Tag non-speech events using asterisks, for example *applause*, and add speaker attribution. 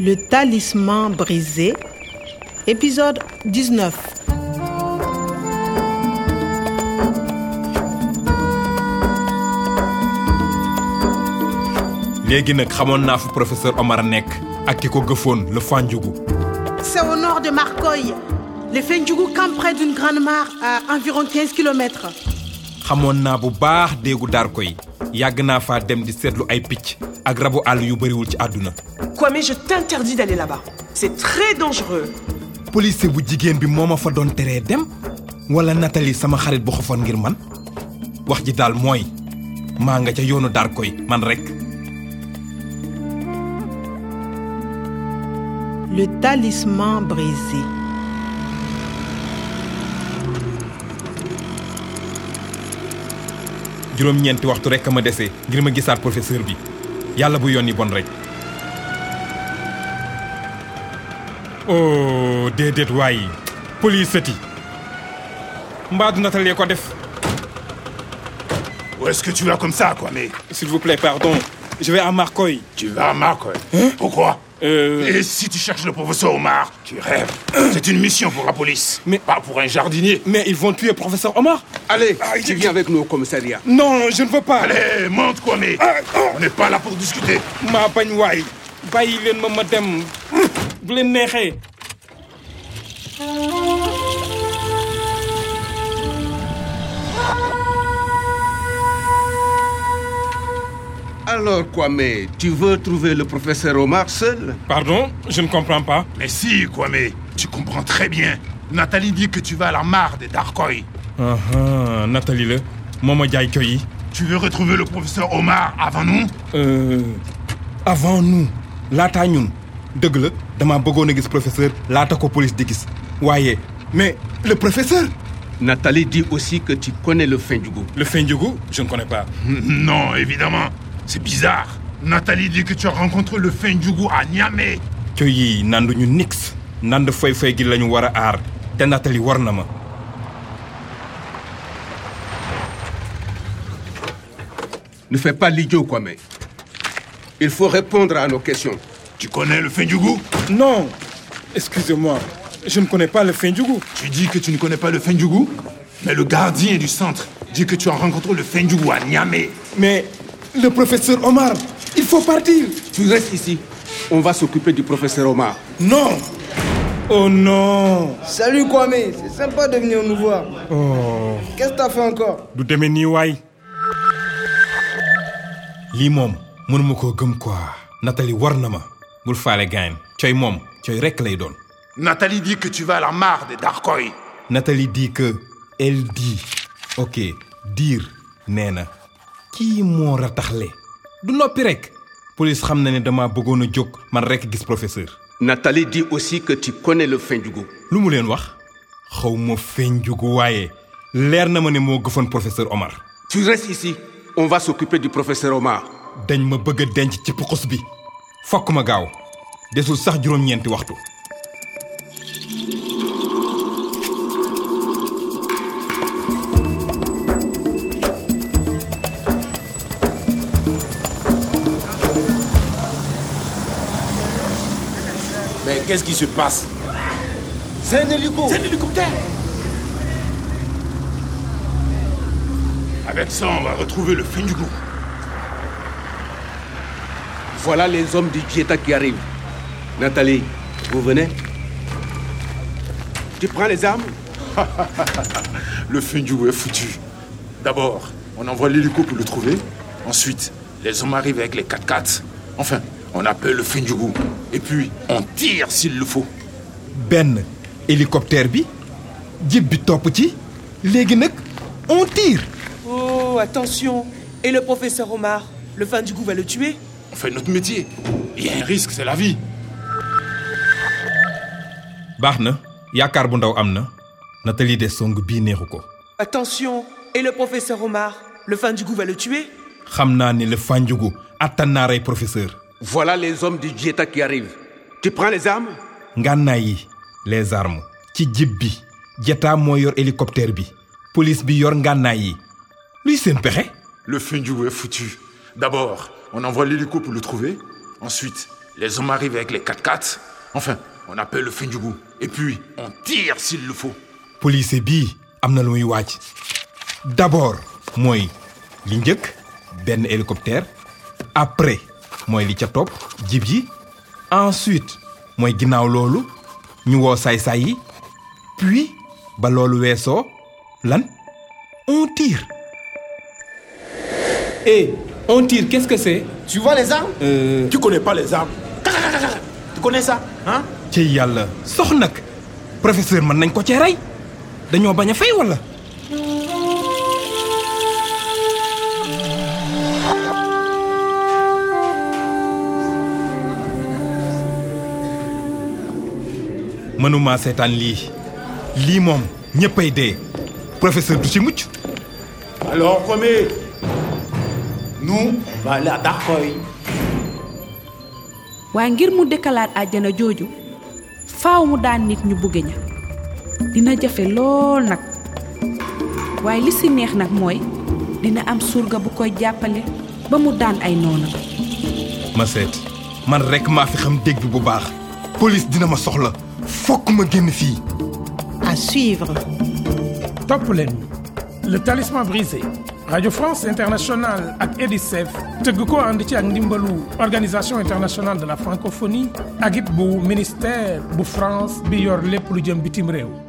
Speaker 1: Le talisman brisé, épisode 19.
Speaker 2: léegi nag xamoon naa fu professeur Omar nekk ak ki ko gëfoon le Fanjugu
Speaker 1: C'est au nord de Marcoy. Les Fendjougou campent près d'une grande mare à environ 15 km.
Speaker 2: xamoon naa bu baax déegu daar koy yàgg naa faa dem di seetlu ay picc ak rabu àll yu bariwul ci àdduna
Speaker 3: Kwame, je t'interdis d'aller là-bas. C'est très dangereux.
Speaker 2: policier bu jigéen bi moo ma fa doon teree dem wala Nathalie sama xarit bu xofoon ngir man wax ji daal mooy maa nga ca yoonu daar koy man rek
Speaker 1: Le talisman brisé.
Speaker 2: juróom-ñeenti waxtu rek ma dese ngir ma gisaat professeur bi yàlla bu yoon yi bon rek oh déedéet waay police sëti mbaa du natalee ko def
Speaker 4: Où est-ce que tu vas comme ça, Kwame
Speaker 2: s'il vous plaît pardon je vais à Marcoy
Speaker 4: Tu vas à Marc Pourquoi
Speaker 2: Hein Euh.
Speaker 4: Et si tu cherches le professeur Omar Tu rêves. C'est une mission pour la police.
Speaker 2: Mais-
Speaker 4: Pas pour un jardinier.
Speaker 2: mais ils vont tuer professeur Omar
Speaker 5: Allez,
Speaker 4: Aïe.
Speaker 5: tu viens avec nous au commissariat.
Speaker 2: non je ne veux pas
Speaker 4: Allez, monte, Kwame
Speaker 2: Ah,
Speaker 4: On n'est pas là pour discuter.
Speaker 2: maa bañ waay bàyyi leen ma ma dem bu leen neexee
Speaker 5: Alors, Kwame, tu veux trouver le professeur Omar seul
Speaker 2: pardon je ne comprends pas
Speaker 4: Mais si, Kwame, tu comprends très bien. Nathalie dit que tu vas à la mare des Darkoy.
Speaker 2: aha Ah, Nathalie la moo ma jaay koy yi
Speaker 4: Tu veux retrouver le professeur Omar avant nous *laughs*
Speaker 2: Euh, avant nous laataa ñun dëgg la dama bëggoon a gis professeur laata ko police di gis waaye mais le professeur
Speaker 5: Nathalie dit aussi que tu connais le fin du goût.
Speaker 2: le Fendjougou je ne connais pas
Speaker 4: Non, évidemment. C'est bizarre. Nathalie dit que tu as rencontré le Fendjougou à Niamey.
Speaker 2: coy yi nandu ñu nix nand foy foy gi lañu war a aar te Nathalie war na ma
Speaker 5: Ne fais pas l'idiot, Kwame. Il faut répondre à nos questions.
Speaker 4: Tu connais le Fendjougou
Speaker 2: non excusez-moi je ne connais pas le Fendjougou
Speaker 4: Tu dis que tu ne connais pas le Fendjougou Mais le gardien du centre dit que tu as rencontré le Fendjougou à Niamey.
Speaker 2: mais le professeur Omar il faut partir
Speaker 5: Tu restes ici. On va s'occuper du professeur Omar.
Speaker 2: non oh non
Speaker 6: Salut Kwame, c'est sympa de venir nous voir. Qu'est-ce que t'as fait encore
Speaker 2: du demee nii waay lii moom mënuma koo gëm quoi Nathalie war na ma bul faale gaañ coy moom coy rek lay doon
Speaker 4: Nathalie dit que tu vas à la mare des Darkoy.
Speaker 2: Nathalie dit que elle dit ok dire nee na kii moo rataxle du noppi rek police xam na ne dama bëggoon a jóg man rek gis professeur
Speaker 5: Nathalie dit aussi que tu connais le fin du goût.
Speaker 2: lu mu leen wax xaw ma feeñ jugu waaye leer na ma ne moo gëfoon professeur Omar
Speaker 5: Tu restes ici. On va s'occuper du professeur Omar.
Speaker 2: dañ ma bëgg a denc ci puqus bi fokk ma gaaw desul sax juróom-ñeenti waxtu
Speaker 7: Mais qu'est-ce qui se passe C'est un hélico
Speaker 4: C'est l'hélicoptère Avec ça, on va retrouver le Fendjougou.
Speaker 5: Voilà les hommes du Dieta qui arrivent. Nathalie, vous venez Tu prends les armes
Speaker 4: Le Fendjougou est foutu. D'abord, on envoie l'hélico pour le trouver. Ensuite, les hommes arrivent avec les 4x4. Enfin, on appelle le Fendjougou. Et puis, on tire s'il le faut.
Speaker 2: benn hélicoptère bi jib bi topp ci léegi nag on tire
Speaker 3: Oh, attention. Et le professeur Omar Le fin du goût va le tuer
Speaker 4: On fait notre métier. Il y a un risque, c'est la vie.
Speaker 2: baax na yaakaar bu ndaw am na Nathalie de song bii neexu ko
Speaker 3: Attention. Et le professeur Omar Le fin du goût va le tuer
Speaker 2: xam naa ne le fanjugu attan naa rey professeur
Speaker 5: Voilà les hommes du Dieta qui arrivent. Tu prends les armes
Speaker 2: ngànnaay yi les armes ci jib bi jetaa moo yor hélicoptère bi police bi yor ngànnaay yi luy seen pexe
Speaker 4: Le Fendjougou est foutu. D'abord, on envoie l'hélico pour le trouver. Ensuite, Les hommes arrivent avec les 4x4. Enfin, on appelle le Fendjougou. Et puis, on tire s'il le faut.
Speaker 2: police bi am na lu muy wàcc d' abord mooy li njëkk benn hélicoptère après mooy li ca topp jib yi ensuite mooy ginnaaw loolu ñu woo saay-saay yi puis ba loolu weesoo lan on tire
Speaker 8: Et on tire, Eh, qu'est-ce que c'est Euh.
Speaker 7: Tu vois les armes Tu connais pas les armes. Tu connais ça Hein
Speaker 2: ci yàlla sox nag professeur mën nañ ko cee rey dañoo bañ a fay wala mënuma seetaan lii lii moom ñëppay dee professeur du ci mucc
Speaker 7: Alors, premier, nous, on va aller à Darkoy.
Speaker 9: waaye ngir mu dëkkalaat àjjana jooju faaw mu daan nit ñu bugge ña dina jafe lool nag waaye li si neex nag mooy dina am surga bu koy jàppale ba mu daan ay noonam
Speaker 2: ma seet man rek maa fi xam dégg bu baax police dina ma soxla fokk ma génn fii
Speaker 1: À suivre.
Speaker 10: Top leen le talisman brisé Radio France Internationale ak EDICEF tëgg ko ànd ci ak ndimbalu organisation internationale de la francophonie ak it bu ministère bu France bi yor lépp lu jëm bitim réew